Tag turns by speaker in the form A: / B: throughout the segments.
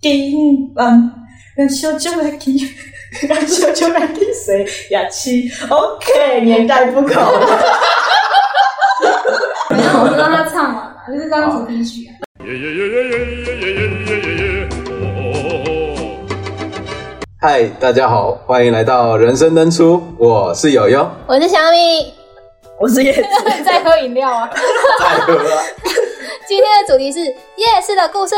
A: 게임 반让小嗯九来 给，让小九来给谁？雅琪，OK，年代不口。
B: 反正我是让他唱完嘛，就是当主题曲啊。
C: 耶耶耶耶耶耶耶耶耶耶！哦哦
D: 嗨，大家好，欢迎来到人生登出，我是友 友，
E: 我是小米，
A: 我是叶子，
B: 在喝饮料啊，
D: 再喝了，
E: 今天的主题是夜市的故事。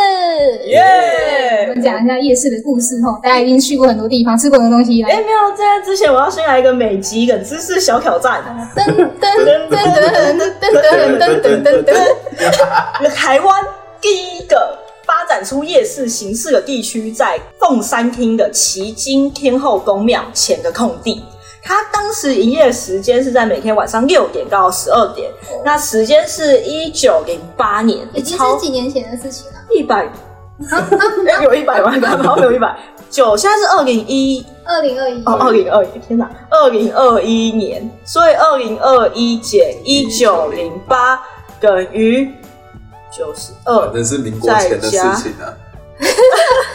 A: 耶！
B: 我们讲一下夜市的故事吼。大家已经去过很多地方，吃过很多东西
A: 哎，
B: 来。
A: 没有，在之前我要先来一个美籍梗知识小挑战。
E: 噔噔噔噔噔噔噔噔噔噔噔，
A: 台湾第一个发展出夜市形式的地区，在凤山厅的旗津天后宫庙前的空地。它当时营业时间是在每天晚上六点到十二点，那时间是一九零八年，
E: 已经是几年前的事情了。
A: 一百， 哎，有一百吗？好像有一百九，现在是二零一
E: 二零二一，
A: 哦，二零二一，天哪，二零二一年，所以二零二一减一九零八等于九十二
D: 反，正是民国前的事情啊。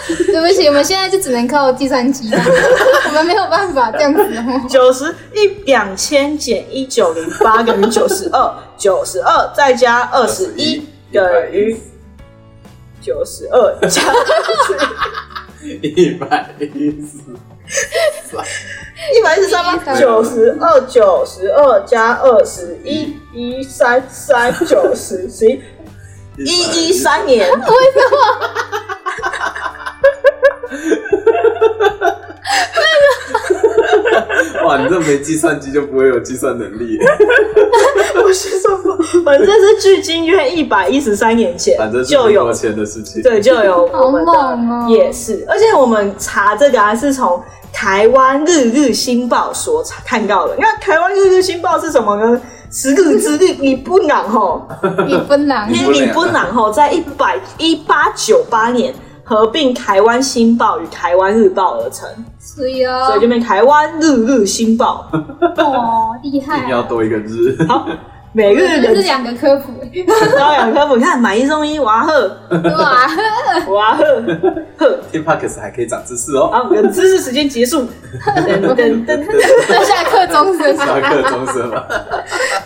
E: 对不起，我们现在就只能靠计算机，我们没有办法这样子哦。
A: 九十一两千减一九零八 等于九十二，九十二再加二十一等于九十二加
D: 一百一十，
A: 一百一十三吗？九十二九十二加二十一一三三九十十一一一三年，
D: 哇，你这没计算机就不会有计算能 力，
A: 我是说，反正是距今约一百一十三年前
D: 反正是
A: 就
D: 民国
A: 有
D: 前的事情。
A: 对，就有我们
B: 好猛
A: 的
B: 哦
A: 夜市，而且我们查这个还是从台湾《日日新报》所查看到的。那台湾《日日新报》是什么呢？十日之日，你不朗吼，
B: 你分狼
D: 你
A: 因
D: 不啊朗
A: 为你不朗吼，在一百一八九八年合并台湾《新报》与台湾《日报》而成，
B: 所以哦
A: 所以，就变台湾《日日新报》
B: 哦，厉
D: 一定
B: 害
D: 要
B: 啊！
D: 多一个日，
A: 每日
B: 这是
A: 人
B: 两个科普，
A: 招两科普，哎你看买一送一，娃 呵，
B: 哇，
A: 娃呵呵。
D: 听 Podcast 还可以长知识哦。
A: 好，我们的知识时间结束。噔噔噔噔
B: 这下课钟声。
D: 下课钟声吧，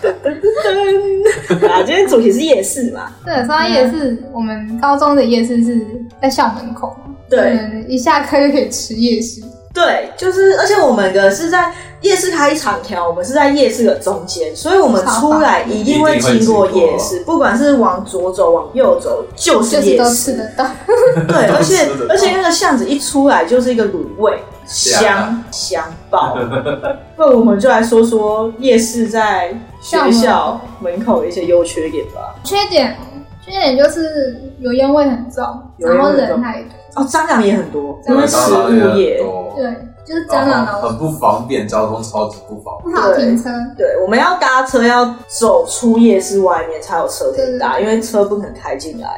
A: 噔。啊，今天主题是夜市嘛？
B: 对，说到夜市，我们高中的夜市是在校门口，
A: 对
B: 我们一下课就可以吃夜市。
A: 对，就是，而且我们的是在夜市开一长条，我们是在夜市的中间，所以我们出来一定会经过夜市，不管是往左走、往右走，就是
B: 就是
A: 夜
B: 都吃
A: 市。
B: 得到，
A: 对，而且
D: 都吃得到啊
A: 而且那个巷子一出来就是一个卤味，香香爆。 那我们就来说说夜市在学校门口的一些优缺点吧。
B: 缺点缺点就是油烟味很重，
A: 油烟
B: 然后
A: 味很重
B: 人太多，
A: 哦，蟑螂也很多，
B: 蟑
A: 因
B: 螂
A: 为食物业。
B: 对，就是蟑螂
A: 哦
B: 老鼠，
D: 不方便，交通超级不方
B: 不好停车，
A: 对，我们要搭车要走出夜市外面才有车可以搭，
B: 对
A: 因为车不可能开进来，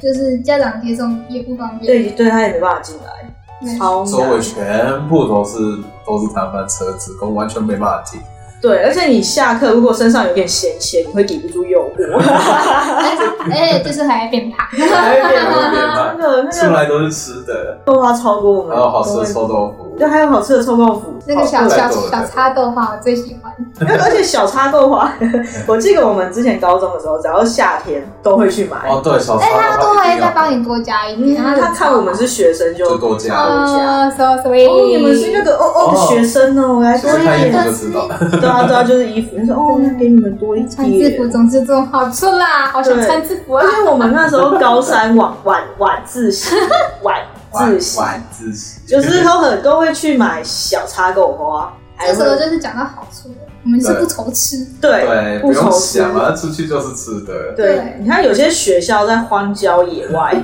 B: 就是家长接送也不方便。
A: 对对，他也没办法进来，
B: 对，
A: 超
D: 周围
A: 难。
D: 全部都是都是摊贩车子，我完全没办法停。
A: 对，而且你下课如果身上有点闲钱，你会抵不住诱惑。
B: 哎，就是还 变胖，
D: 哎有点
A: 那
D: 慢
A: 个那
D: 出
A: 个
D: 来都是吃的，
A: 豆花超过我们，
D: 然后好吃的臭豆腐
A: 对，，还有好吃的臭豆腐，
B: 那个小
D: 对
B: 小
D: 对对
B: 小插豆花我最喜欢，
A: 而且小插豆花， 我记得我们之前高中的时候，只要夏天都会去买。
D: 哦对，小
B: 但是哎他
D: 沙
B: 都
D: 拉
B: 还
D: 一定
B: 再
D: 要
B: 帮你多加一
A: 嗯
B: 点，然后
A: 他看我们是学生就
D: 就多加
B: 啊，so
A: 哦，
B: sweet，
A: 你们是那个哦哦的
D: 哦
A: 学生哦，我来
D: 其
A: 多
D: 实
A: 一
D: 看衣
A: 点。
D: 服就知道，
A: 对啊，对啊，就是衣服。你说哦，那给你们多一
B: 穿制服
A: 点。
B: 总是这种好处啦，好想
A: 对
B: 穿制服啊
A: 而！且我们那时候高三晚晚晚自 习，晚自习
D: 晚自习
A: 就是都很都会去买小插狗花，还
B: 这时候
A: 会
B: 就是讲到好处了，我们是不愁吃，
A: 哎对
D: 对，
A: 不
D: 不
A: 愁
D: 用
A: 吃。
D: 想啊，出去就是吃的，
A: 对
B: 对，
A: 你看有些学校在荒郊野外、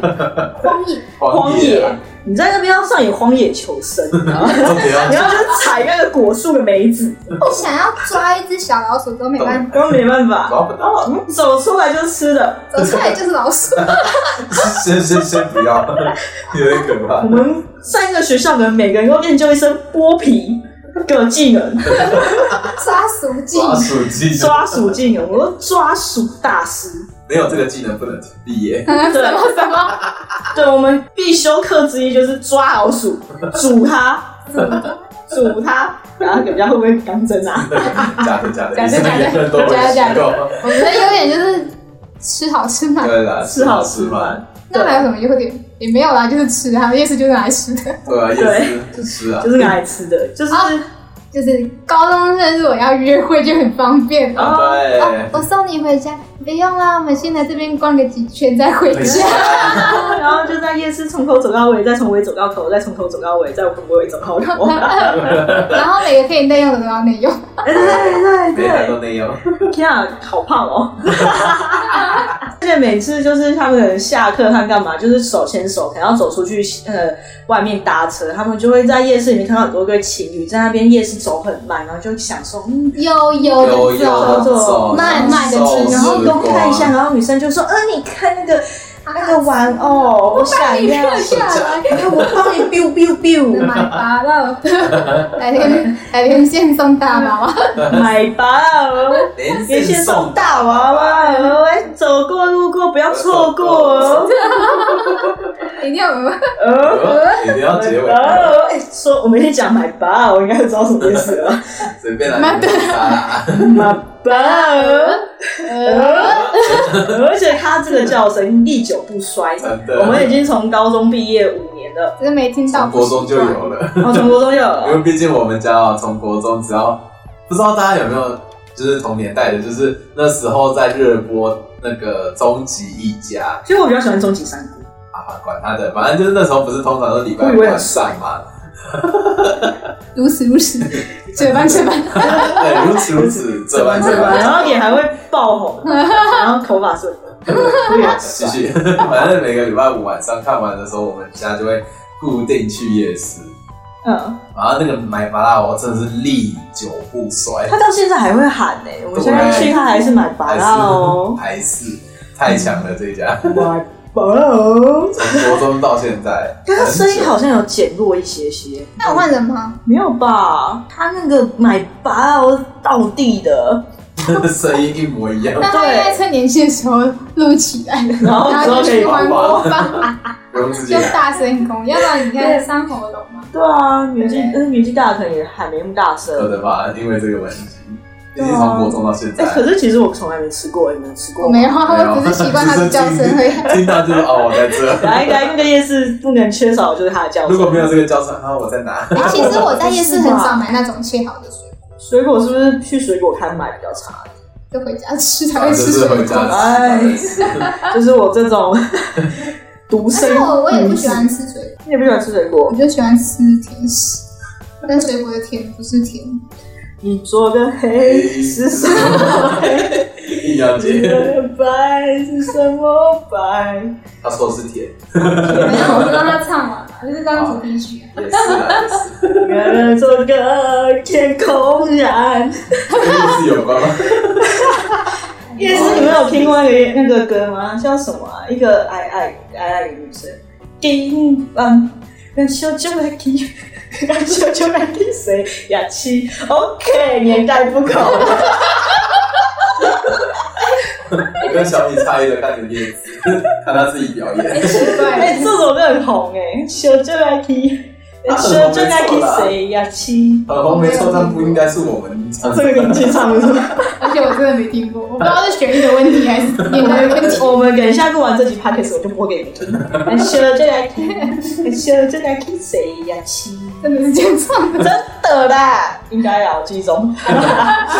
B: 荒野
A: 荒
D: 野
A: 野
D: 啊，，
A: 你在那边要上演荒野求生，你 知道吗
D: 都不要
A: 你要去采那个果树的梅子，
B: 你想要抓一只小老鼠都没 办法，
A: 都没办法，
D: 抓不到，
A: 嗯走出来就是吃的。
B: 走出来就是老鼠。
D: 先先先不要，有点可怕
A: 我。们上一个学校的每个人都练就一身剥皮的技能，
B: 抓鼠 剂，
D: 抓鼠技
A: 抓鼠技能，我都抓鼠大师。
D: 没有这个技能不能毕业。
A: 对
B: 什么什么？
A: 对，我们必修课之一就是抓老鼠，煮它，煮它，然后人家会不会当真啊？
D: 假的假的，
F: 假的
D: 你这个言论都
F: 假的假的
D: 的。
B: 我们的优点就是吃好吃嘛，
D: 对啦，
A: 吃好吃
D: 嘛，
A: 对
F: 那还有什么优点？也没有啦，就是吃啊，夜市就是拿来吃 的。
D: 对啊，
A: 对
D: 也是吃啊
A: 就。是拿来吃的，就是、
F: 啊就是高中生如果要约会就很方 便。
D: 啊对，
B: 我送你回家，不用啦，我们先来这边逛个几圈再回
D: 没事
B: 家。
A: 然后就在夜市从头走到尾，再从尾走到头，再从头走到尾，再从尾走到 头。
F: 然后每个可以内用的都要内用，
A: 哎，对对
D: 每台
A: 对
D: 都内有。
A: 对，天啊，好胖哦！ 而且每次就是他们可能下课和干嘛，就是手牵手，可能要走出去呃外面搭车，他们就会在夜市里面看到很多对情侣在那边夜市走很慢，然后就想说，嗯，
B: 悠悠
D: 悠
B: 的
D: 悠
B: 走，
D: 走，
B: 慢慢地
D: 走
B: 吃
A: 然后东看一下，
D: 时光
A: 然后女生就说，呃，你看那个那个玩偶，我想要，
B: 掉下来，
A: 哎我帮你 biu biu biu，
F: 买吧 了，
B: 来连来连线送大妈
F: 啊
B: 妈，
A: 买吧哦。
D: 连
A: 原
D: 线
A: 先送大娃娃哦，哎走过路过不要错过哦。
F: 一定要有
A: 呃，
D: 呃你不要结尾，
A: 哦，哎，说我们先讲买吧，我应该知道什么意思了。
D: 随便来。你们打啦
A: 买吧哦，呃而且他这个叫声历久不衰
D: 真，的
A: 我们已经从高中毕业五年了，
B: 只是没听到
D: 从。国中就有了，
A: 然后从国中又有
D: 因
A: 了。
D: 为毕竟我们家啊，从国中只要不知道大家有没有，就是同年代的，就是那时候在热播那个终极一家，
A: 其实我比较喜欢终极三国，
D: 啊，管他的，反正就是那时候不是通常都礼拜五晚上嘛，
F: 如此如 此，这般这般，
D: 对，如此如此，这般这般，
A: 然后也还会爆红，然后头发顺的，我也 很
D: 继
A: 帅。
D: 续，反正每个礼拜五 晚上看完的时候，我们家就会固定去夜市，
A: 嗯，
D: 然啊后那个买麻辣锅真的是历久不衰，
A: 他到现在还会喊呢，我们现在去他还是买吧
D: 还
A: 啦
D: 是
A: 哦。
D: 还是太强了这一家，
A: 买吧哦。
D: 从国中到现在，
A: 但他声音
D: 很久
A: 好像有减弱一些些，
B: 那我换人吗？
A: 没有吧？他那个买拔哦倒地 的，
D: 声音一模一 样，
F: 那他应该趁年轻的时候录起来了，
A: 然
D: 哦
A: 后
F: 然
A: 之
F: 后
A: 后
F: 就
A: 可以
F: 循环播放，
D: 不用自 己
F: 就
D: 来，
F: 大声功，要不然你看伤喉咙嘛，
A: 对啊，年纪呃年纪大可能也喊没那么大
D: 可
A: 声。
D: 能吧，因为这个问题，已经从国中到现
A: 哎、
D: 在。
A: 可是其实我从来没吃过，你们吃过
F: 我
A: 吗
F: 没有，啊我只是习惯他的叫声而已。
D: 听到就是哦，我 在这。
A: 来来，那个夜市不能缺少的就是它的叫声。
D: 如果没有这个教程，啊，我在哪？
B: 哎，其实 我在夜市
F: 是
B: 很
F: 很
B: 少
F: 少
B: 买
F: 买
B: 那
F: 那
B: 种，
F: 种切好的水果，
A: 水果是不是去水果摊买比较差？
F: 就回家吃才
D: 就
F: 会吃
D: 是
F: 水
D: 回
F: 果。
D: 家吃。
A: 就是我这 种 独
B: 但
A: 生
B: 啊
A: 嗯
B: 是，我我也不喜欢吃水果，
A: 你也不喜欢吃水果
F: 我。就喜欢吃甜食，但水果的甜不是甜。
A: 你做的黑是什么黑？
D: 一定哎要
A: 你做
D: 接。
A: 的白是什么白？
D: 他说是甜，
F: 没有，我就让他唱完嘛，就是刚刚主题曲、啊。
D: 也是啊，也是。
A: 跟这个天空染。
D: 跟故事有关吗？
A: 夜市，你们有听过那个那个歌吗？叫什么啊、一个矮矮矮矮的女生，叮当，跟小九来听，跟小九来听谁？雅琪，OK，年代不同。
D: 我跟小米差异的看着叶子，看他自己表演。
F: 奇
A: 哎、
F: 怪，
A: 这首歌很红哎、小九来听，小九来听谁？雅琪，
D: 很红没错，但不应该是我们唱
A: 这个你去唱是吗？
F: 而且我真的没听过，我不知道是旋律的问题还是年代的问题。
A: 我们等一下录完这集 podcast 我就播给你们听。小九来听，小九来听谁？雅琪。
F: 真的是这样唱的，
A: 真的啦，应该啊，我记忆中
D: 现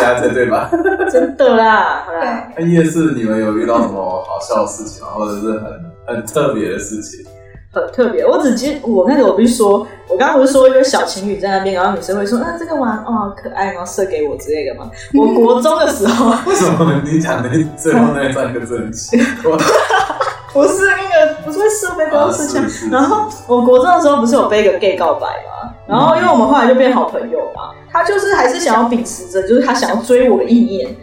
D: 在这对吧？
A: 真的啦，好啦，
F: 哎
D: 那夜市你们有遇到什么好笑的事情吗，或者是很很特别的事情？
A: 很特别。我只记我那个，我必须说，我刚刚不是说一个小情侣在那边，然后女生会说，啊，这个玩偶好可爱，然后射给我之类的嘛。我国中的时 候，
D: 为什么你讲的最后那三个字很奇怪？
A: 不是那个，不是会射飞镖事情
D: 啊是是。
A: 然后我国中的时候不是有被一个 gay 告白嘛，然后因为我们后来就变好朋友嘛，他就是还是想要秉持着，就是他想要追我的意念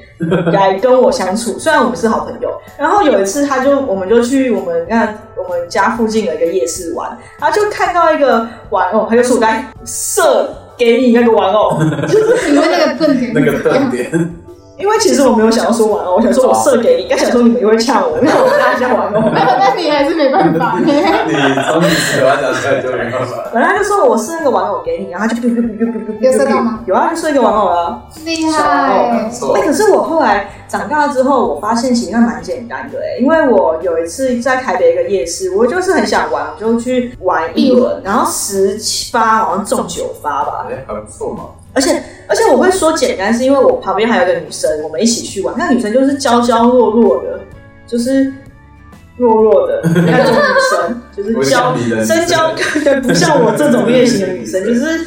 A: 来跟我相处，虽然我们是好朋友。然后有一次，他就我们就去我们那我们家附近的一个夜市玩，他就看到一个玩偶，他就说我该射给你那个玩偶，
F: 请问那个重点
D: 那
F: 是
D: 个
F: 怎么
D: 瞪
F: 样？
D: 点，
A: 因为其实我没有想要说玩偶，我想说我射给你，应该想说你们又会呛我，那我大家玩偶。
B: 但你还是没办法。
D: 你从你喜欢讲出来就没办法。
A: 本来就说我射那个玩偶给你，然后他就
B: 有射到吗？
A: 有啊，就射一个玩偶了。
B: 厉害！
D: 错
A: 哎，，可是我后来长大之后，我发现其实那蛮简单的、欸，因为我有一次在台北一个夜市，我就是很想玩，我就去玩一轮，然后十七发好像中九发吧，
D: 哎，还不错嘛。
A: 而且而且我会说简单，是因为我旁边还有一个女生，我们一起去玩。那女生就是娇娇弱弱的，就是弱弱 的那种女生，就
D: 不
A: 是娇
D: 像你的
A: 身娇， 对，不像我这种类型的女 生，就是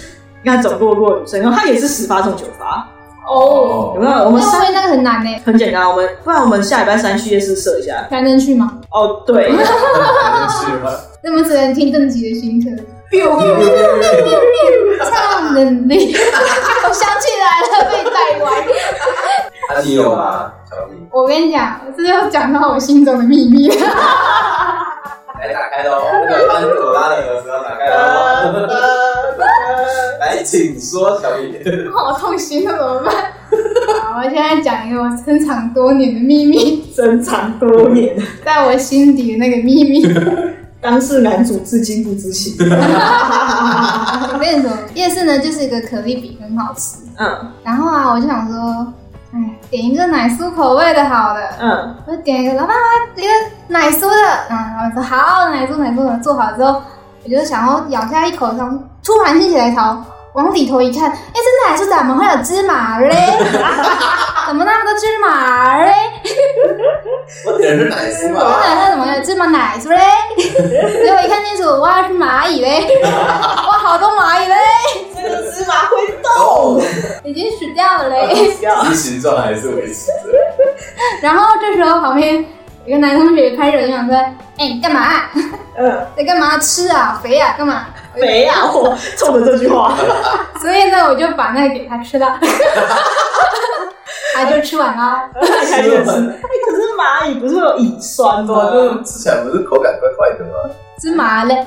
A: 那种弱弱的女生。然后她也是十发中九发，
B: 哦，
A: 有没有？我
B: 那
A: 们
B: 会不
A: 三
B: 会那个很难
F: 欸
B: 呢？
A: 很简单，我们不然我们下礼拜三去夜市射一下。
F: 还能去吗？
A: 哦， 对，
D: 是吗？
B: 那我们只能听邓吉 的新歌。超能力，我想起来了，被带歪。
D: 啊，你有吗？小米，
B: 我跟你讲，这要讲到我心中的秘密。
D: 来打开喽，那个潘朵拉的盒子要打开喽。
A: 呃
D: 来，请说，小米。
B: 好痛心，那怎么办？好，我现在讲一个我珍藏多年的秘密，
A: 珍藏多年，
B: 在我心底的那个秘密。
A: 当事男主至今不知 情。
B: 我跟你说，夜市呢就是一个可丽饼很好吃，
A: 嗯
B: 然后啊，我就想说，哎，点一个奶酥口味的好了，
A: 嗯，
B: 我就点一个老板我要一个奶酥的，然后老板说好，奶酥奶酥做好之后，我就想要咬下一口，然后突然心血来潮。往里头一看，哎、这奶酥怎么会有芝麻嘞？怎么那么多芝麻嘞？
D: 我点的是奶酥
B: 我
D: 嘛。
B: 想它怎么有芝麻奶酥嘞？结果一看清楚，哇，是蚂蚁嘞！哇，好多蚂蚁嘞，
A: 这个芝麻会
D: 哦，
B: 已经死掉了嘞。
A: 动。
D: 是形状还是维持着？
B: 然后这时候旁边有个男同学开始就想说：“哎、你干嘛啊、
A: 嗯。
B: 在干嘛吃啊？肥啊？干嘛
A: 没啊，我冲着这句 话，？”
B: 所以呢，我就把那个给他吃了， 他就吃完了。
A: 太开心了。哎，可是哦蚂蚁不是会有乙酸吗？
D: 哇，就是吃起来不是口感怪怪的吗？
B: 芝麻嘞，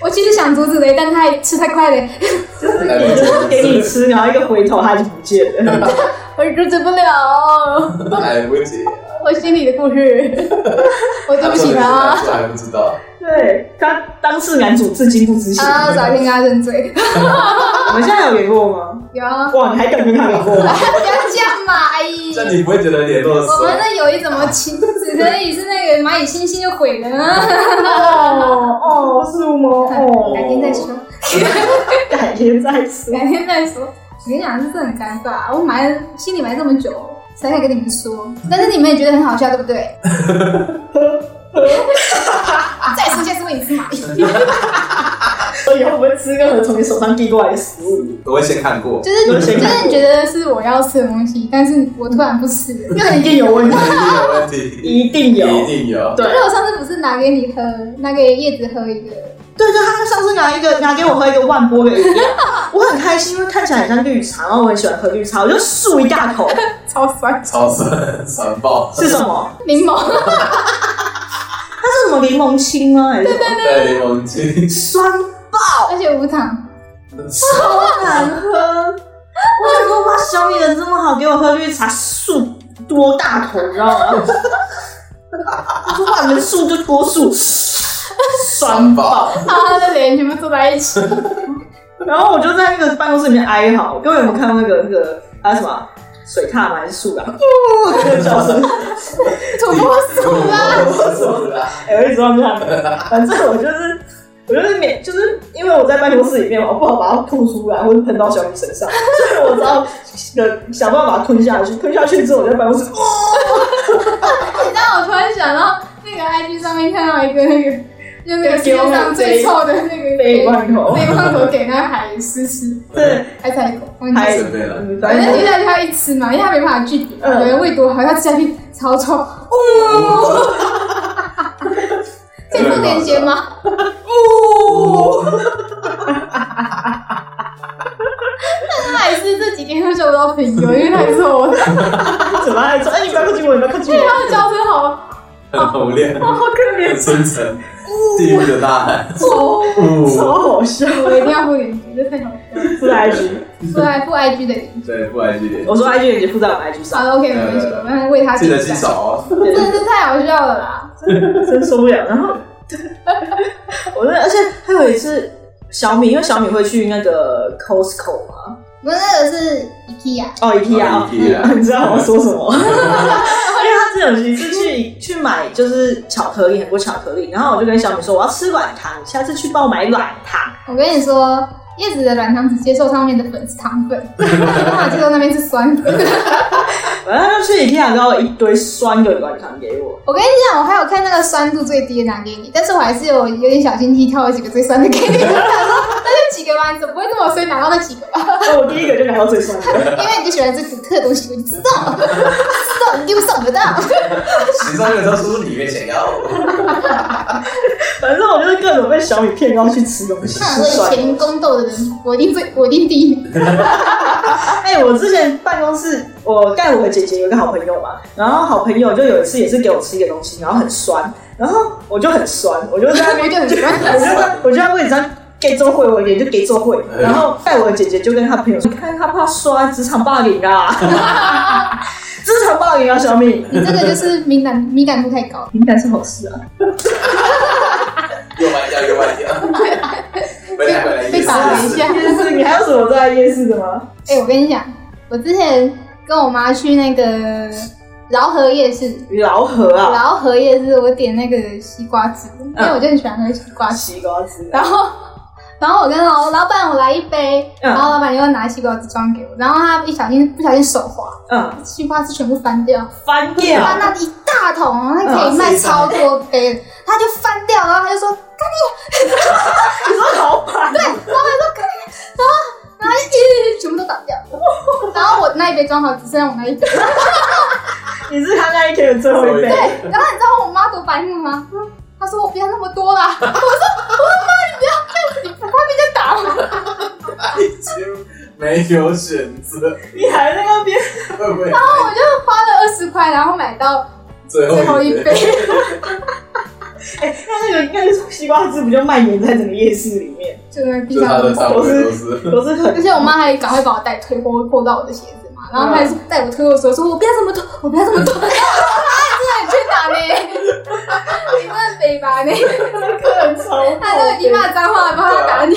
B: 我其实想阻止的，但他吃太快了，
D: 来不
A: 就是给你
D: 及，
A: 吃，然后一个回头它就不见了。
B: 我阻止不了。
D: 来不及。
B: 我心里的故事， 我对不起他。
D: 这还不知道。
A: 对，他当事男主至今不知情。
B: 啊，早先跟他认罪。
A: 我们现在有联络吗？
B: 有，不
A: 哇，你还敢跟他联络吗？
B: 要这样嘛，阿姨。
D: 那你不会觉得联络
B: 我们
D: 说
B: 的友谊怎么亲，只可以是那个蚂蚁星星就毁了呢？
A: 哦哦，是吗？ 哦，
B: 改天再，说，
A: 改天再 说。
B: 改天再说。我跟你讲，这真的很尴尬，我埋心里埋这么久，才敢跟你们说。但是你们也觉得很好笑，对不对？再说下次问你是蚂蚁，
A: 所以以后我们吃任何从你手上递过来的食物，
D: 我会先看 过，
B: 就是你真的觉得是我要吃的东西，但是我突然不吃了。
A: 那一定有问题，
D: 一定有问题，
A: 一定有。
D: 一定有。
A: 对
B: 可是我上次不是拿给你喝，拿给叶子喝一个，
A: 对对，他上次拿一个拿给我喝一个万波的饮料，我很开心，因为看起来很像绿茶，然后我很喜欢喝绿茶，我就漱一大口，
B: 超酸，
D: 超酸酸爆，
A: 是什么？
B: 柠檬。
A: 它是什么柠檬青吗？还是什么
D: 对柠檬精，
A: 酸
B: 而且无糖，
A: 超难喝？我想说，哇，小米人这么好，给我喝绿茶漱多大口，你知道吗？ 我说哇，你们漱就多漱，酸爆。
B: 他的脸全部坐在一起，
A: 然后我就在那个办公室里面哀嚎，各位有没有看到那个那个啊什么啊水獭吗还是树懒？呜，那个叫声。
B: 土拨鼠啦，
A: 哎、我一直忘记他们。反正我就是，我就是免，就是因为我在办公室里面嘛，我不好把它吐出来，或者喷到小米身上，所以我只好呃想办法把它吞下去。吞下去之后，我在办公室，哦、
B: 你知道我突然想到那个 IG 上面看到一个那个，就那个世界上最臭的那个
A: 被罐头，
B: 被罐头给那个海狮吃，
A: 对，
B: 还是海狗，忘记
A: 海
B: 了。
D: 准备 了，
A: 嗯
B: 反
A: 反
B: 正
A: 正
B: 接下去他一吃嘛，因为他没办法拒绝，
A: 嗯
B: 有人喂多好，他吃下去超臭，哦，可以做连接吗？
A: 哦，
B: 那海狮这几天都受到朋友，因为太臭了，
A: 怎么还说？哎、你不要靠近我，你不要靠近我，
B: 他的叫声好
D: 很红脸，
A: 好可
D: 很
A: 怜，
D: 深沉，地狱的呐喊，
A: 超超好笑。
B: 我一定要不连接，这太好笑了。
A: 附在 IG，
B: 出来付 IG 的零。
D: 对，不然就点
A: 我说 IG 已经附在我 IG
B: 好
A: 上，
B: 了，OK，没关系，我们为他
D: 记得
B: 点
D: 洗
B: 赞
D: 手哦。
A: 对
B: 真的是太好笑了啦！
A: 真受不了。然后 我那而且还有一次小米，因为小米会去那个 Costco 嘛，
B: 不是那个是 IKEA，
A: 哦 IKEA，
D: 哦
A: 哦
D: IKEA
A: 你知道我说什 么？因为他之前有一次去去买就是巧克力，很多巧克力，然后我就跟小米说我要吃软糖，下次去帮我买软糖。
B: 我跟你说，叶子的软糖只接受上面的粉是糖粉， 没办法接受那边是酸的。
A: 然后他就去 IKEA 然后一堆酸的软糖给 我，
B: 我跟你讲，我还有看那个酸度最低的拿给你，但是我还是有有点小心机挑了几个最酸的给你。我想 说那就几个吧，你总不会这么衰拿到那几个吧？
A: 哦，我第一个就拿到最酸的。
B: 因为你就喜欢最独特的东西，我就知道， 知道你就送得到。
D: 洗上面的时候是不是里面想要？
A: 反正我就是各种被小米骗，然后去吃东 西，
B: 看
A: 吃
B: 我
A: 酸
B: 以前
A: 的。
B: 宫斗的人，我一定最，我一定第一名。
A: 哎、我之前办公室，我带我的姐姐有一个好朋友嘛，然后好朋友就有一次也是给我吃一个东西，然后很酸，然后我就很酸，我就在那边
B: 我就很喜欢。
A: 我就在我就在位置上给周会，我脸就给周会，然后带我的姐姐就跟她朋友说，你看她怕酸，职场霸凌啊， 职场霸凌啊，小米，
B: 你这个就是敏感敏感度太高，
A: 敏感是好事啊，
D: 又歪掉，又歪掉。回来，回来，
B: 被打了一下。
A: 夜 市，你还有什么在夜市的吗？
B: 哎、我跟你讲，我之前跟我妈去那个饶河夜市，
A: 饶河啊，
B: 饶河夜市我点那个西瓜汁，因为我就很喜欢喝西瓜汁。
A: 西瓜汁啊，
B: 然后，然后我跟老老板我来一杯，
A: 嗯
B: 然后老板又拿西瓜汁装给我，然后他一小心不小心手滑，
A: 嗯，
B: 西瓜汁全部翻掉，
A: 翻啊
B: 他
A: 掉，
B: 那一大桶，那可以卖超多杯，他就翻掉，然后他就说。
A: 你说老板，对，
B: 然后一全部都倒掉，然后我那一杯装好，只剩下我那一杯。
A: 你是他那一天的最后一杯，
B: 然后你知道我妈多白目吗？她说我不要那么多啦。我说我说妈，你不要这样子，你不怕被人家打吗？
D: 已经没有选择，
A: 你还在那边，
D: 会不会
B: 我就花了二十块，然后买到
D: 最
B: 最后
D: 后
B: 一
D: 一
B: 杯
D: 杯？。
A: 哎，那那个那个西瓜汁不就蔓延在整个夜市里面，
B: 就那地
D: 就他
B: 上
D: 的
B: 的。
D: 上
A: 都
D: 面
A: 是
D: 都是。
A: 都是很
B: 而且我妈还赶快把我带推破破到我的鞋子嘛，然后她还是带我推我说说我不要这么多，我不要这么多。哎，真的很缺打呢，你真的北吧呢？
A: 很超
B: 她都已经骂脏话了，帮她打你，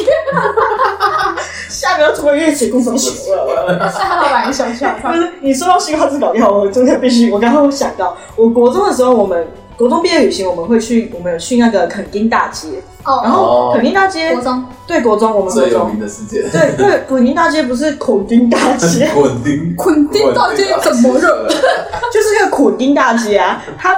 A: 下面要突然越写工程学 了。
B: 吓老板笑笑。
A: 不是你说到西瓜汁搞掉，我真的必须，我刚刚有想到，我国中的时候，我们国中毕业旅行，我们会去，我们有去那个垦丁大街，然
B: 哦，
A: 后
D: 哦
A: 垦丁大街
B: 国 中
A: 对国中，我们国
D: 最有
A: 中
D: 名的事件，
A: 对对垦丁大街不是垦丁大街，
D: 滚钉，
B: 捆钉到底怎么了？
A: 就是那个垦丁大街啊，它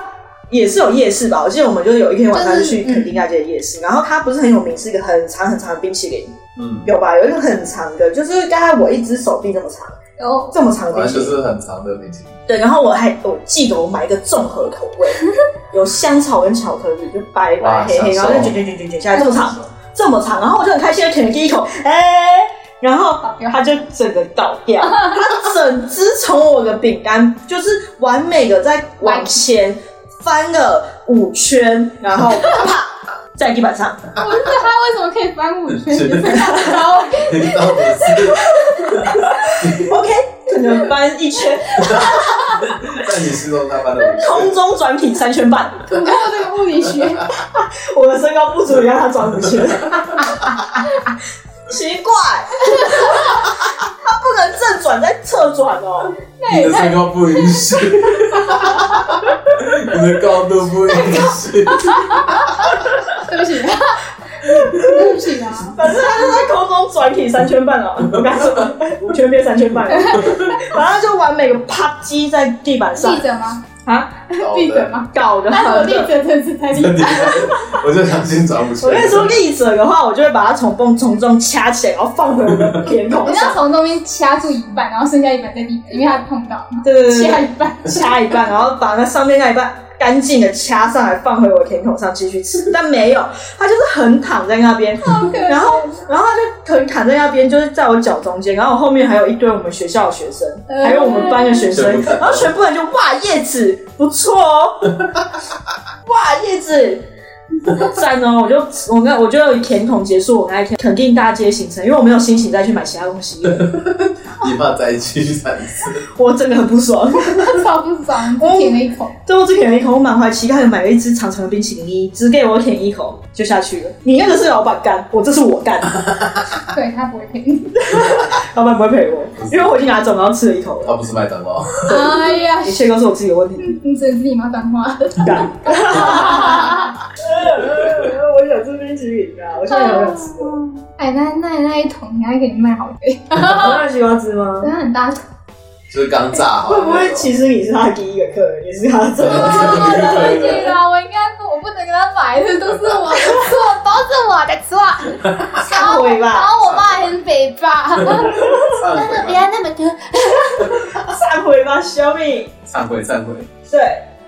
A: 也是有夜市吧？我记得我们就是有一天晚上就去
D: 嗯
A: 垦丁大街的夜市，然后它不是很有名，是一个很长很长的冰淇淋，
D: 嗯，
A: 有吧？有一个很长的，就是大概我一只手臂这么长，
B: 然后
A: 这么长的
D: 反
A: 冰
D: 正
A: 淇
D: 就
A: 淋。
D: 是很长的明星。
A: 对，然后我还我记得我买一个综合口味，有香草跟巧克力，就白白
D: 哇
A: 黑黑，然
D: 享
A: 后
D: 受
A: 就卷卷卷卷卷下来，这么长，这么长，然后我就很开心的舔了第一口，哎、然后它就整个倒掉，它整只从我的饼干就是完美的在往前翻了五圈，然后啪在地板上，
B: 我就觉得他为什么可以翻五圈？
D: 是
B: 然后
D: 听到不是
A: OK，可能翻一圈，
D: 在你心中那般的明
A: 空中转体三圈半，
B: 突破这个物理学，
A: 我的身高不足以让他转五圈，奇怪，他不能正转再侧转哦。
D: 你的身高不允 许，你的高度不允 许。
B: 对不起，对不起啊！
A: 反正他就在空中转体三圈半了，哦我刚说五圈变三圈半了，反正就完美的啪击在地板上
B: 记者吗？
A: 啊，
D: 好
B: 记者
D: 的，
B: 吗？
A: 搞得
B: 但是我
A: 很
B: 记者真是太厉害
D: 那。你我就相信转不出
A: 我
D: 来。
A: 跟你说，立者的话，我就会把它从蹦从中掐起来，然后放回我的脸
B: 我
A: 孔
B: 要
A: 上，
B: 从中间掐住一半，然后剩下一半在地，因为他碰到
A: 对对对
B: 掐
A: 对，
B: 一半。
A: 掐一半，然后把那上面那一半干净的掐上来，放回我的甜筒上继续吃。但没有，它就是横躺在那边，然后然后他就可能躺在那边，就是在我脚中间，然后我后面还有一堆我们学校的学生，
B: 呃
A: 还有我们班的学生
D: 全部，看
A: 然后全部人就哇叶子不错哦，哇叶子赞哦！我就我那我就甜筒结束我那一天肯定大街行程，因为我没有心情再去买其他东西了，
D: 一怕再去三次，
A: 我真的很不爽。
B: 超不爽，只舔了一口。
A: 最后只舔了一口，我满怀期待的买了一支长长的冰淇淋衣，只给我舔一口就下去了。你那个是老板干，我这是我 干，
B: 对他不会听。
A: 老板不会赔我，因为我已经拿走然后吃了一口了。
D: 他不是麦当 劳，
B: 哎呀，
A: 一切都是我自己的问题，
B: 你只能自己骂脏话。
A: 干。我想吃冰淇淋啊！我现在很想 吃了，
B: 哎，那那那一桶你还可以卖好贵，
A: 那西瓜汁吗？
B: 真的很大桶。
D: 就是刚炸好的
A: 啊会
D: 那
A: 不
D: 种。
A: 会其实你是他第一个客人，也是他
D: 真的
A: 的？
D: 真的
B: 对不起啦，我应该我不能给他买的，都是我的错，都是我的错。
A: 忏悔
B: 然
A: 吧，
B: 后我骂很北吧，
D: 忏
B: 真 的不
D: 悔吧，
B: 要那么多。
A: 忏悔吧，小米。
D: 忏悔，忏悔。
A: 对，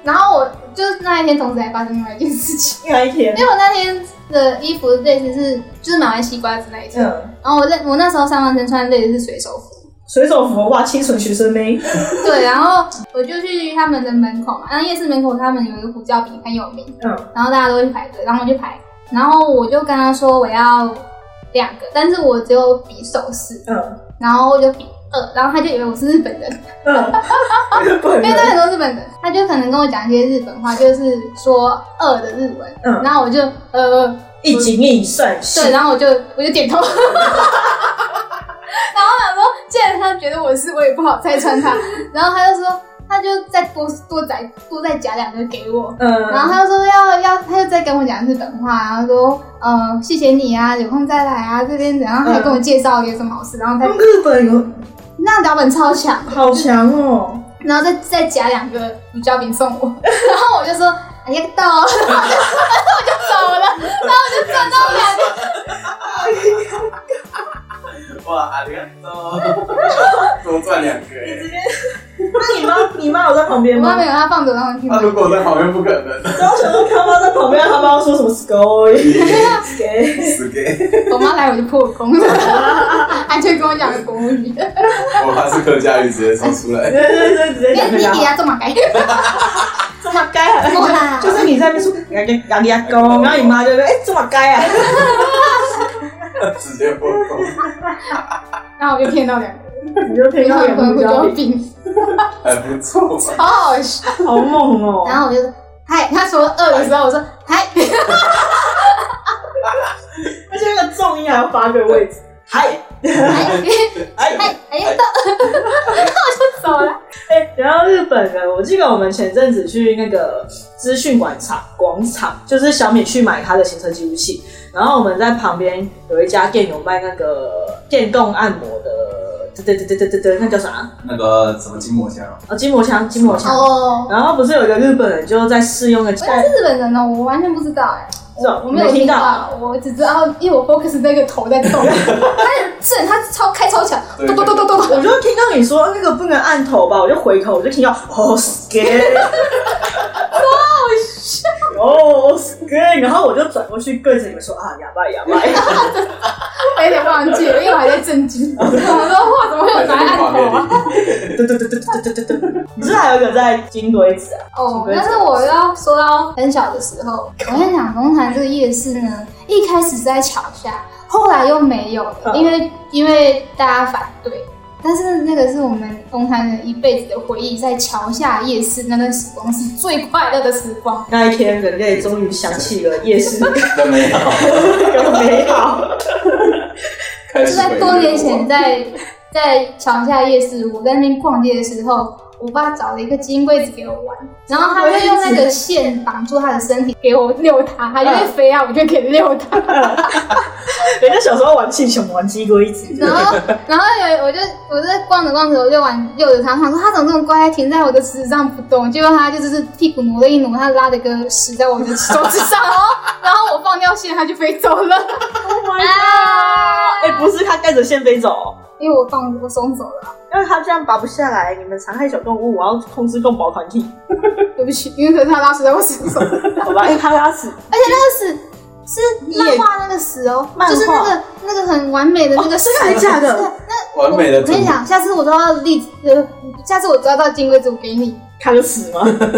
B: 然后我就是那一天，同时还发生另外一件事情，
A: 那一天，
B: 因为我那天的衣服类似是就是买完西瓜子那一件，
A: 嗯，
B: 然后我那我那时候上半身穿类似是水手服。
A: 水手服哇，清纯学生妹，
B: 对，然后我就去他们的门口嘛，然后夜市门口他们有一个胡椒饼很有名，
A: 嗯，
B: 然后大家都会去排队，然后我就排，然后我就跟他说我要两个，但是我只有比手势，
A: 嗯
B: 然后我就比二，然后他就以为我是日本人，
A: 嗯，不
B: 因为
A: 能
B: 那很多日本人，他就可能跟我讲一些日本话，就是说二的日文，
A: 嗯
B: 然后我就呃，
A: 一惊一善
B: 对，
A: 是
B: 然后我就我就点头。然后 我想说，既然他觉得我是，我也不好拆穿他。然后他就说，他就再多多再多再夹两个给我。然
A: 嗯，
B: 后他就说要要，他就再跟我讲日本话，然后说呃谢谢你啊，有空再来啊这边怎样，然后还跟我
A: 嗯
B: 介绍有什么好事，然后
A: 他
B: 他
A: 们日本有
B: 那脚本超强，
A: 好强哦，
B: 然后再再夹两个胡椒饼送我，然后我就说哎呀到，然后我就 然后我就走了，然后我就赚到两个。
D: 哇，阿里多赚两个欸。
A: 那你妈你妈有在旁边
B: 我妈
A: 吗
B: 没？有，她放着让我听。
D: 那如果我在旁边不可能，
A: 然后想说他妈在旁边，他妈说什么
B: 啊
A: “sky”，给
D: 死给。
B: 我妈来我就破功了，还就跟我讲个国语，
D: 我怕是客家语直接冲出来。
A: 对对对，直接
B: 那
A: 讲啊
B: 你
A: 给
B: 给
A: 他，
B: 他做马改，
A: 这么该
B: 过啦
A: 啊， 就是你在那边说“给给牙膏”，然后你妈就说“哎，这么该啊
D: 直接破功，
B: 然后我就骗到两个，”，
A: 你就听
B: 然
A: 到
B: 后
A: 有
B: 我
A: 胡椒
B: 就
A: 饼，
B: 饼，
D: 还不错嘛。
B: 好好笑。
A: 好猛哦！
B: 然后我就说嗨，他说饿的时候我说哎嗨，
A: 而且那个重音还要发对位置，嗨
B: 嗨
A: 嗨。
B: 嗨，哎呀到， 然后我就走了。
A: 哎，讲到日本人，我记得我们前阵子去那个资讯广场广场，就是小米去买他的行车记录器，然后我们在旁边有一家店有卖那个电动按摩的，对对对对对对，那叫啥？
D: 那个什么筋膜 枪，
A: 哦，筋膜枪，筋膜枪。
B: 哦，
A: 然后不是有一个日本人就在试用的，
B: 我是日本人哦，我完全不知道哎。
A: 是哦
B: 我没有
A: 没听
B: 听
A: 到
B: 到，我只知道，因为我 focus 那个头在动，他是他超开超强，
D: 对
B: 咚咚咚咚咚，
A: 我就听到你说那个不能按头吧，我就回头，我就听到哦 scare，哦 scare，然后我就转过去对着你们说啊哑巴哑巴，
B: 我有点忘记了，因为我还在震惊。我说哇，怎么会有
D: 还
B: 答
D: 在
B: 案
D: 画
B: 头
D: 面
B: 啊？
A: 对
D: 里。
A: 对对对对对对对对， 你是不是还有一个在金龟子啊？
B: 哦，但是我要说到很小的时候，我在讲龙潭这个夜市呢，一开始是在桥下，后来又没有了，
A: 嗯
B: 因为因为大家反对。但是那个是我们龙潭人一辈子的回忆，在桥下夜市那段时光是最快乐的时光。
A: 那一天人类终于想起了夜市的
D: 真没有，
A: 美好，
D: 开
B: 就
D: 始
B: 在多年前在，在桥下夜市，我在那边逛街的时候，我爸找了一个金龟子给我玩，然后他会用那个线绑住他的身体给我遛它，它就会飞啊，我就可以遛它。
A: 人家小时候玩气球玩金龟子，
B: 然后，然后有我就我就在逛着逛着，我就玩遛着它，想说它怎么这么乖，停在我的池子上不动？结果它就只是屁股挪了一挪，它拉了个屎在我的手指上，然后 然后我放掉线，它就飞走了。啊！
A: 哎，不是他带着线飞走哦。
B: 因为我放我松手了，
A: 因为他这样拔不下来，你们残害小动物，我要控制动保团体，
B: 对不起，因为可是它拉屎在我手上。
A: 好吧？因为他拉屎，
B: 而且那个屎是漫画那个屎哦，
A: 漫画
B: 就是那个那个很完美的那个屎，
A: 哦真的假的
B: 是那
D: 完美的
B: 我跟你讲，下次我都要立呃，下次我抓到金龟子，我给你。
A: 它就死吗？
B: 哇，它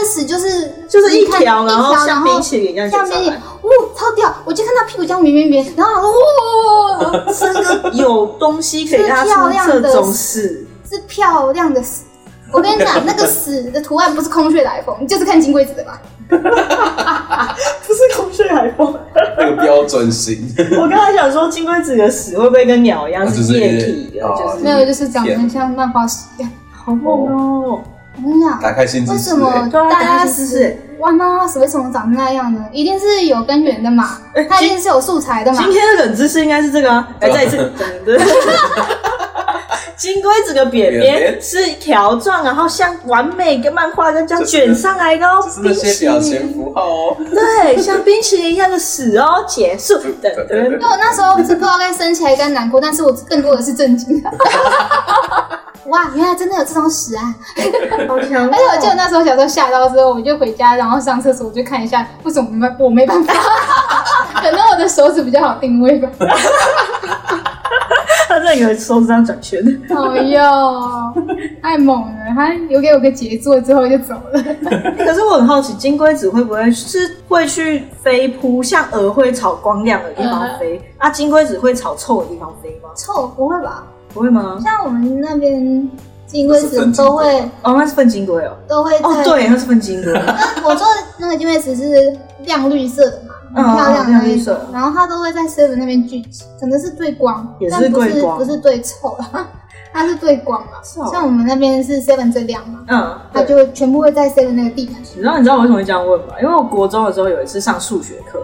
B: 的屎就是
A: 就是一
B: 看
A: 条，
B: 一
A: 然后像
B: 条然
A: 冰
B: 后
A: 淇淋一样
B: 下
A: 卷上
B: 面也，
A: 来。
B: 哇，超屌！我就看到屁股这样圆圆圆，然后我说，哇、
A: 这个有东西可以让它出这种事，
B: 是漂亮的屎。我跟你讲，那个屎的图案不是空穴来风，就是看金龟子的吧？
A: 不是孔雀海风。
D: 那个标准型，
A: 我刚才想说，金龟子的屎会不会跟鸟一样
D: 啊就是是
A: 液体的？
D: 哦
A: 就是
F: 没有，就是长得像漫画屎一样。
A: 好梦哦！
B: 我跟你讲，
D: 打开新知
B: 为
D: 识
B: 什么
D: 欸
B: 大家
A: 是不是？
B: 哇，漫画史为什么长那样呢？一定是有根源的嘛，它一定是有素材的嘛
A: 今。天的冷知识应该是这个啊，来再一次， 噔噔金龟子的扁边是条状，然后像完美跟漫画一样这样卷上来的哦
D: 就是，那
A: 冰
D: 些
A: 淇
D: 表情
A: 淋，
D: 符号哦，
A: 对，像冰淇淋一样的屎哦，结束，噔噔。
B: 因为我那时候是不知道该生气还是该难过，但是我更多的是震惊。哇，原来真的有这种屎啊！
A: 好 强哦！
B: 而且我记得那时候小时候吓到之后，我就回家，然后上厕所我就看一下，为什么没办我没办法？ 可能我的手指比较好定位吧。
A: 他真的以为手指这样转圈，
B: 哎呦，太猛了！他留给我个杰作之后就走了。
A: 可是我很好奇，金龟子会不会是会去飞扑，像鹅会朝光亮的地方飞？啊，金龟子会朝臭的地方飞吗？
B: 臭不会吧？
A: 不会吗？
B: 像我们那边金龟子都会
A: 哦，那是粪金龟哦。
B: 都会在
A: 哦，对，那是粪金龟。
B: 我做的那个金龟子是亮绿色的嘛，很
A: 嗯
B: 漂亮的
A: 亮
B: 那
A: 绿
B: 一种
A: 色，
B: 然后它都会在 seven 那边聚集，可能是对光，
A: 也是
B: 但不
A: 对
B: 是
A: 光
B: 不是对臭啦， 它是对光嘛。
A: 是哦
B: 像我们那边是 seven 最亮嘛，
A: 嗯，
B: 它
A: 对。
B: 就会全部会在 seven 那个地板上。
A: 你知道你知道我为什么会这样问吗？因为我国中的时候有一次上数学课，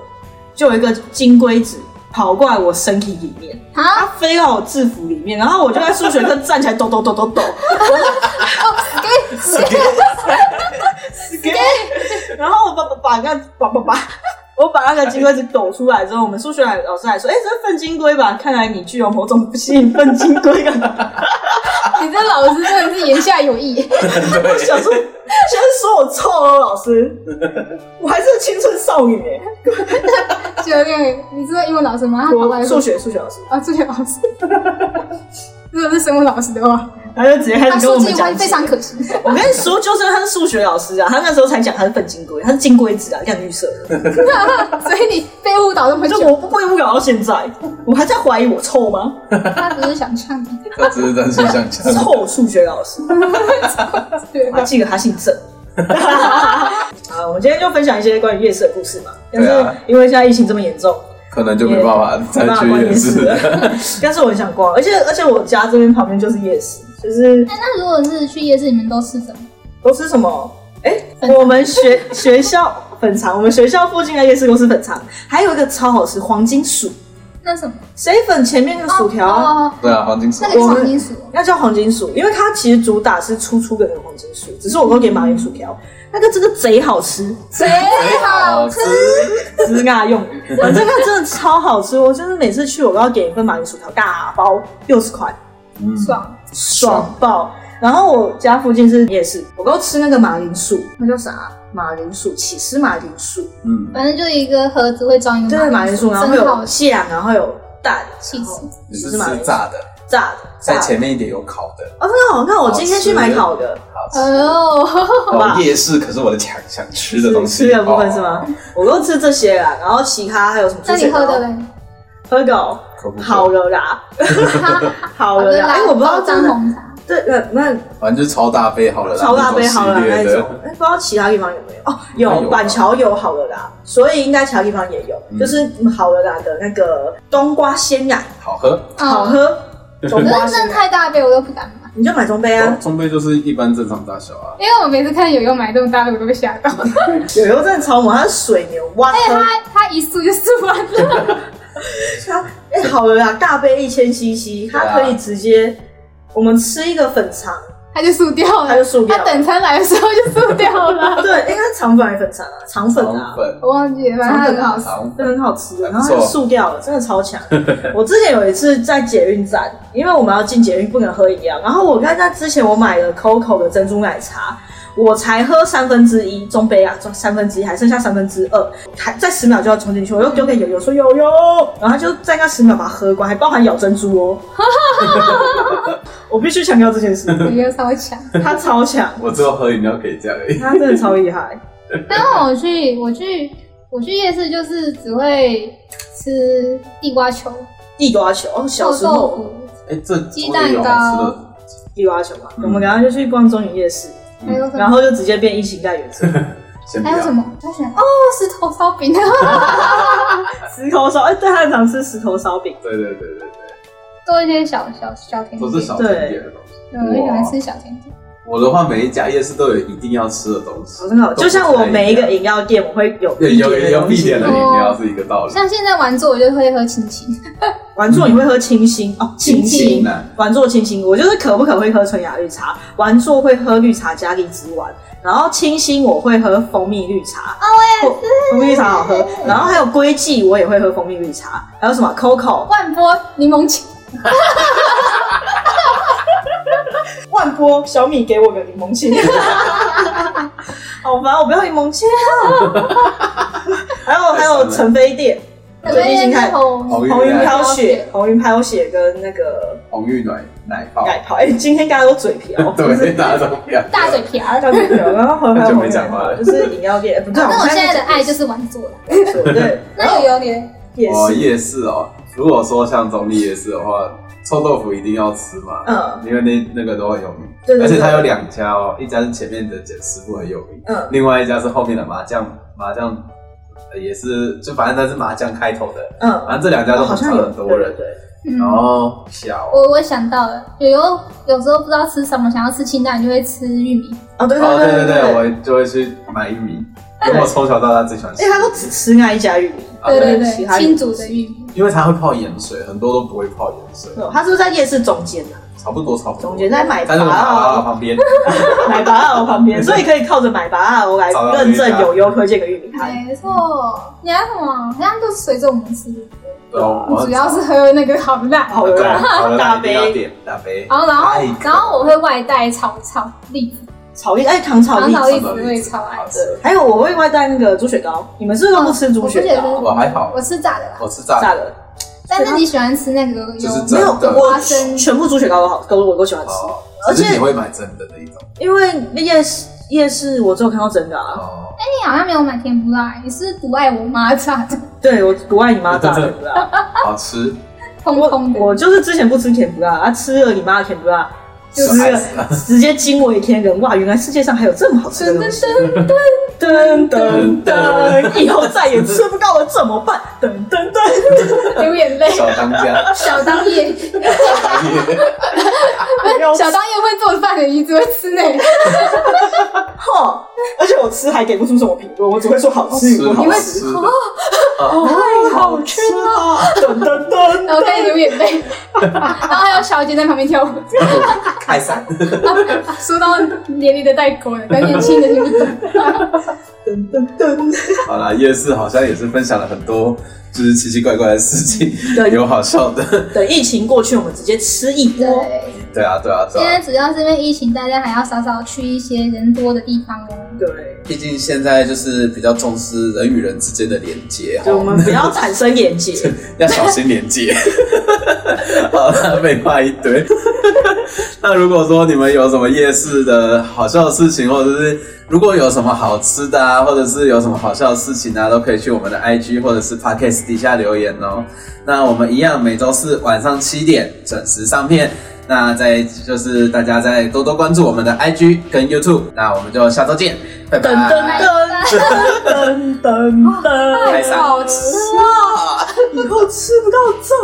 A: 就有一个金龟子跑过来我身体里面，它
B: 啊，
A: 飞到我制服里面，然后我就在数学课站起来抖抖抖抖抖，
B: 给
A: 然后我把把把那把把把，我把那个金龟子抖出来之后，我们数学老师还说：“哎、这是粪金龟吧？看来你具有某种不吸引粪金龟啊感。
B: 你这老师真的是言下有意，”
A: 我想说，先说我臭哦，老师，我还是个青春少女哎、
B: 就那个你知道英文老师吗？他跑过来
A: 我
B: 说
A: 数学数学老师，
B: 啊，数学老师。 如果是生物老师的话，
A: 他就直接开
B: 他
A: 始跟我
B: 数
A: 们
B: 据
A: 讲
B: 会
A: 起
B: 非。常 可惜。
A: 我跟你说，就是他是数学老师啊，他那时候才讲他是粪金龟，他是金龟子啊，亮绿色的。
B: 所以你被误导那么
A: 就
B: 久，
A: 我不会误搞到现在，我还在怀疑我臭吗？
B: 他只是想呛你。
D: 这只是真心想讲。
A: 臭数学老师。
B: 对
A: 我还记得他姓 郑。啊，我们今天就分享一些关于夜市的故事嘛。但是
D: 对啊
A: 因为现在疫情这么严重，
D: 可能就没办法再
A: 没办法
D: 去
A: 逛
D: 夜
A: 夜市
D: 市
A: 了
D: 了。。
A: 但是我很想逛，而且而且我家这边旁边就是夜市，就是
B: 那那如果是去夜市，你们都吃什么？
A: 都吃什么？哎、
B: 粉肠
A: 我们学学校粉肠，我们学校附近的夜市都是粉肠，还有一个超好吃黄金薯，
B: 那什么？
A: 水粉前面那个薯条、
B: 哦，
D: 对啊，黄金鼠
B: 那。个黄金薯。
A: 那叫黄金薯，因为它其实主打是粗粗的那种黄金薯，只是我都点马铃薯条，那个真的贼好吃，
B: 贼哎好吃，
A: 吃啊用语，反正它真的超好吃，我就是每次去我都要点一份马铃薯条大包，六十块，
D: 嗯，
B: 爽！
A: 爽爆。然后我家附近是夜市，我都吃那个马铃薯，那叫啥啊？马铃薯，起司马铃薯，
D: 嗯，
B: 反正就一个盒子会装一
A: 对，
B: 个
A: 马铃薯，然后会
B: 真好
A: 有
B: 吃。
A: 酱，然后有蛋，
B: 气死！
D: 你是吃炸的，
A: 炸的，炸
D: 在
A: 的。
D: 前面一点有烤的，
A: 哦，真的好看！我今天去买烤的，
D: 好吃。
B: 哦，
A: 呃吧
D: 哦，夜市可是我的强想吃的东西。哦
A: 吃的部分是吗？我都吃这些啦，然后其他还有什么？
B: 那你喝的嘞？
A: 喝狗
D: 可不可
A: 好了啦，好了啦。哎，我不知道真
B: 张
A: 的
B: 红茶，
A: 对呃那
D: 反正就超大杯好了啦，
A: 超大杯好了啦
D: 那
A: 那
D: 种
A: 一
D: 系列
A: 种
D: 的，，
A: 哎，不知道其他地方有没有哦？
D: 应该
A: 有
D: 有吧啊
A: 板桥有好了啦，所以应该其他地方也有，
D: 嗯
A: 就是好了啦的那个冬瓜鲜奶
D: 好喝。
A: 好
B: 嗯。
A: 喝，冬瓜
B: 可是真
A: 鲜
B: 的
A: 奶
B: 太大杯，我都不敢买，
A: 你就买中杯啊
D: 哦。中杯就是一般正常大小啊。
B: 因为我每次看友友买这种大杯，我都被吓到。
A: 有油真的超猛，它是水牛哇！
B: 他 他一速就速完了，
A: 它哎好了啦，大杯一千 CC，它
D: 啊
A: 可以直接我们吃一个粉肠，
B: 他就速掉了，
A: 它就速掉
B: 他等餐来的时候就速掉了。
A: 对，应该是肠粉还是粉肠啊？肠粉啊
D: 糖，粉，
B: 我忘记了，反正它很好 吃。
D: 糖
A: 真
D: 粉
A: 的很好吃的，然
D: 还不
A: 后
D: 错
A: 它就塑掉了，真的超强。 我之前有一次在捷运站，因为我们要进捷运不能喝饮料，然后我看在之前我买了 COCO 的珍珠奶茶，我才喝三分之一中杯啊，中三分之一还剩下三分之二，还再十秒就要冲进去，我又丢给友友说友友，然后他就在那十秒把它喝光，还包含咬珍珠哦。 我必须强调这件事，
B: 我觉得超强。
A: 他超强，
D: 我只有喝饮料可以这样而已。
A: 他真的超厉害。
B: 然后我去，我去，我去夜市就是只会吃地瓜球、
A: 地瓜球，哦小
B: 臭
A: 时
B: 豆
A: 候
B: 腐，
D: 哎，这
B: 鸡
D: 我也有
B: 蛋
D: 好吃
B: 糕
D: 的
A: 地瓜球嘛，
D: 嗯
A: 我们刚刚就去逛中影夜市，
B: 还有什
A: 然
B: 么？
A: 后就直接变疫情带原 则，
D: 先不
B: 还有什
D: 要，
B: 么？他选哦，石头烧饼。
A: 石头烧，哎，对，他很常吃石头烧饼，
D: 对对对对对，
B: 做一些小小小甜点，
D: 都是小甜点的东西。
B: 对，我喜欢吃小甜点。
D: 我的话，每一家夜市都有一定要吃的东西
A: 哦，真的好，就像我每一个饮料店，我会有
D: 对
A: 必
D: 有
A: 点的
D: 有
A: 东
D: 必
A: 西
D: 点。的饮料是一个道理。
B: 哦像现在玩座，我就会喝青青，
A: 玩座你会喝清新哦，清
D: 清
A: 新
D: 啊。
A: 玩座清新，我就是可不可会喝纯雅绿茶，玩座会喝绿茶加荔枝丸，然后清新我会喝蜂蜜绿茶，哦，我也是，蜂蜜绿茶好喝，然后还有龟记我也会喝蜂蜜绿茶，还有什么 Coco
B: 万波柠檬青，
A: 万波小米给我个柠檬切， 好烦，我不要柠檬切啊！还有还有陈飞店，最近新开
B: 红
D: 红
A: 红云
D: 云
A: 飘
D: 奶
A: 雪，红云飘雪跟那个
D: 红玉奶奶泡，
A: 奶泡，哎、哦今天大家都嘴啊瓢，
D: 哦对，大家都不要。哦
B: 大嘴瓢
A: 大
B: 儿。
A: 家嘴瓢，然后红还有
D: 很久
A: 红
D: 没讲话了
A: 就是饮料店，不对，
B: 那我现在的爱就是是玩座了。
A: 对，
B: 那有有你的
A: 也
D: 哦，
A: 是，
D: 夜市哦，如果说像中立夜市的话，臭豆腐一定要吃嘛，
A: 嗯
D: 因为那那个都很有名，
A: 对对
D: 而且它
A: 对
D: 有两家哦，一家是前面的简师傅很有名，
A: 嗯，
D: 另外一家是后面的麻将麻将。呃也是，就反正它是麻将开头的，
A: 嗯
D: 反正这两家都
A: 好
D: 很
A: 像
D: 少
A: 有
D: 很多人
A: 对，对对
B: 嗯
D: 然后小
B: 我我想到了，有时候有时候不知道吃什么，想要吃清淡，你就会吃玉米。
A: 哦对
D: 哦，对
A: 对
D: 对对，我就会去买玉米，因为我从小到大最喜欢吃
A: 因为
D: 玉
A: 哎
D: 米。
A: 他都只吃那一家玉米，
D: 啊
B: 对对
A: 其
B: 对，
A: 他
B: 清煮的玉米。
D: 因为它会泡盐水，很多都不会泡盐水，
A: 哦他是不是在夜市中间啊？
D: 差不多差不多。
A: 中间在买
D: 但是我啊
A: 茶
D: 爬到
A: 哦。
D: 旁边，
A: 买拔二旁 边，所以可以靠着买拔二来认证有优科建的玉米摊。
B: 没错，你还有什么？好像都是随着我们吃，
D: 对，我
A: 啊
B: 主要是喝那个好辣。
A: 好啊
D: 对，
A: 啦，
D: 好了，
A: 大
D: 一定要
A: 杯
D: 点大杯。
B: 然后然后
D: 哎可
B: 然后我会外带炒炒栗子，
A: 炒栗，哎，糖炒栗
B: 糖炒哎栗
A: 子。
B: 子我也超爱
D: 吃
A: 对，还有我会外带那个猪血糕，你们是不是都不吃猪血
B: 哦
A: 糕？
D: 我还好
B: 我，吃炸的啦。
D: 我吃炸
A: 炸
D: 的，
A: 的
B: 但是你喜欢吃那个
D: 就
B: 有
D: 是
A: 没有，
D: 真的
A: 我
B: 花生
A: 全部猪血糕都好，都我都喜欢吃，
D: 哦，
A: 而且
D: 只是你会买真的那一种
A: 因为夜市夜市我只有看到真的啊。
D: 哦，
B: 你好像没有买甜不辣，你是不爱我妈炸的，
A: 对，我不爱你妈炸的甜不辣，
D: 好吃，
B: 通通 的。
A: 我就是之前不吃甜不辣，啊，吃了你妈的甜不辣，
D: 就
A: 吃
D: 爱
A: 了
D: 死了。
A: 直接惊为天人，哇！原来世界上还有这么好吃的东西。噔噔噔，以后再也吃不到了怎么办？噔噔噔，
B: 流眼泪。
D: 小当家，
B: 小当夜，小当夜会做饭的，你只会吃那个，
A: 哈！而且我吃还给不出什么评论，我只会说 好吃与不好
D: 好
A: 吃。
D: 吃的，
A: 太好吃了！噔噔噔，
B: 然后开始流眼泪，然后还有小姐在旁边跳舞，
D: 开伞，
B: 说到连里的带口的，但年轻的听不懂。
A: 噔噔噔。
D: 好啦，夜市好像也是分享了很多就是奇奇怪怪的事情，
A: 对
D: 有好笑的，
A: 等疫情过去，我们直接吃一波。
B: 对，
D: 对啊，对啊，对
B: 现
D: 啊
B: 在。主要是因为疫情，大家还要少少去一些人多的地方哦。
A: 对，
D: 毕竟现在就是比较重视人与人之间的连接，啊
A: 就我们不要产生连 结。
D: 要小心连接。 好了，废话一堆。 那如果说你们有什么夜市的好笑的事情，或者是如果有什么好吃的啊，或者是有什么好笑的事情啊，都可以去我们的 IG 或者是 Podcast 底下留言哦。那我们一样每周四晚上七点准时上片。那再就是大家再多多关注我们的 IG 跟 YouTube。那我们就下周见，拜拜。
A: 噔噔噔噔噔 噔。
D: 开伞。
B: 好吃。
A: 以后吃不到怎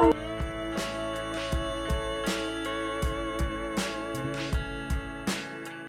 A: 么办？